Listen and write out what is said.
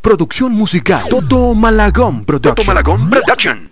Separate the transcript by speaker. Speaker 1: Producción musical. Toto Malagón Production.
Speaker 2: Toto Malagón Production.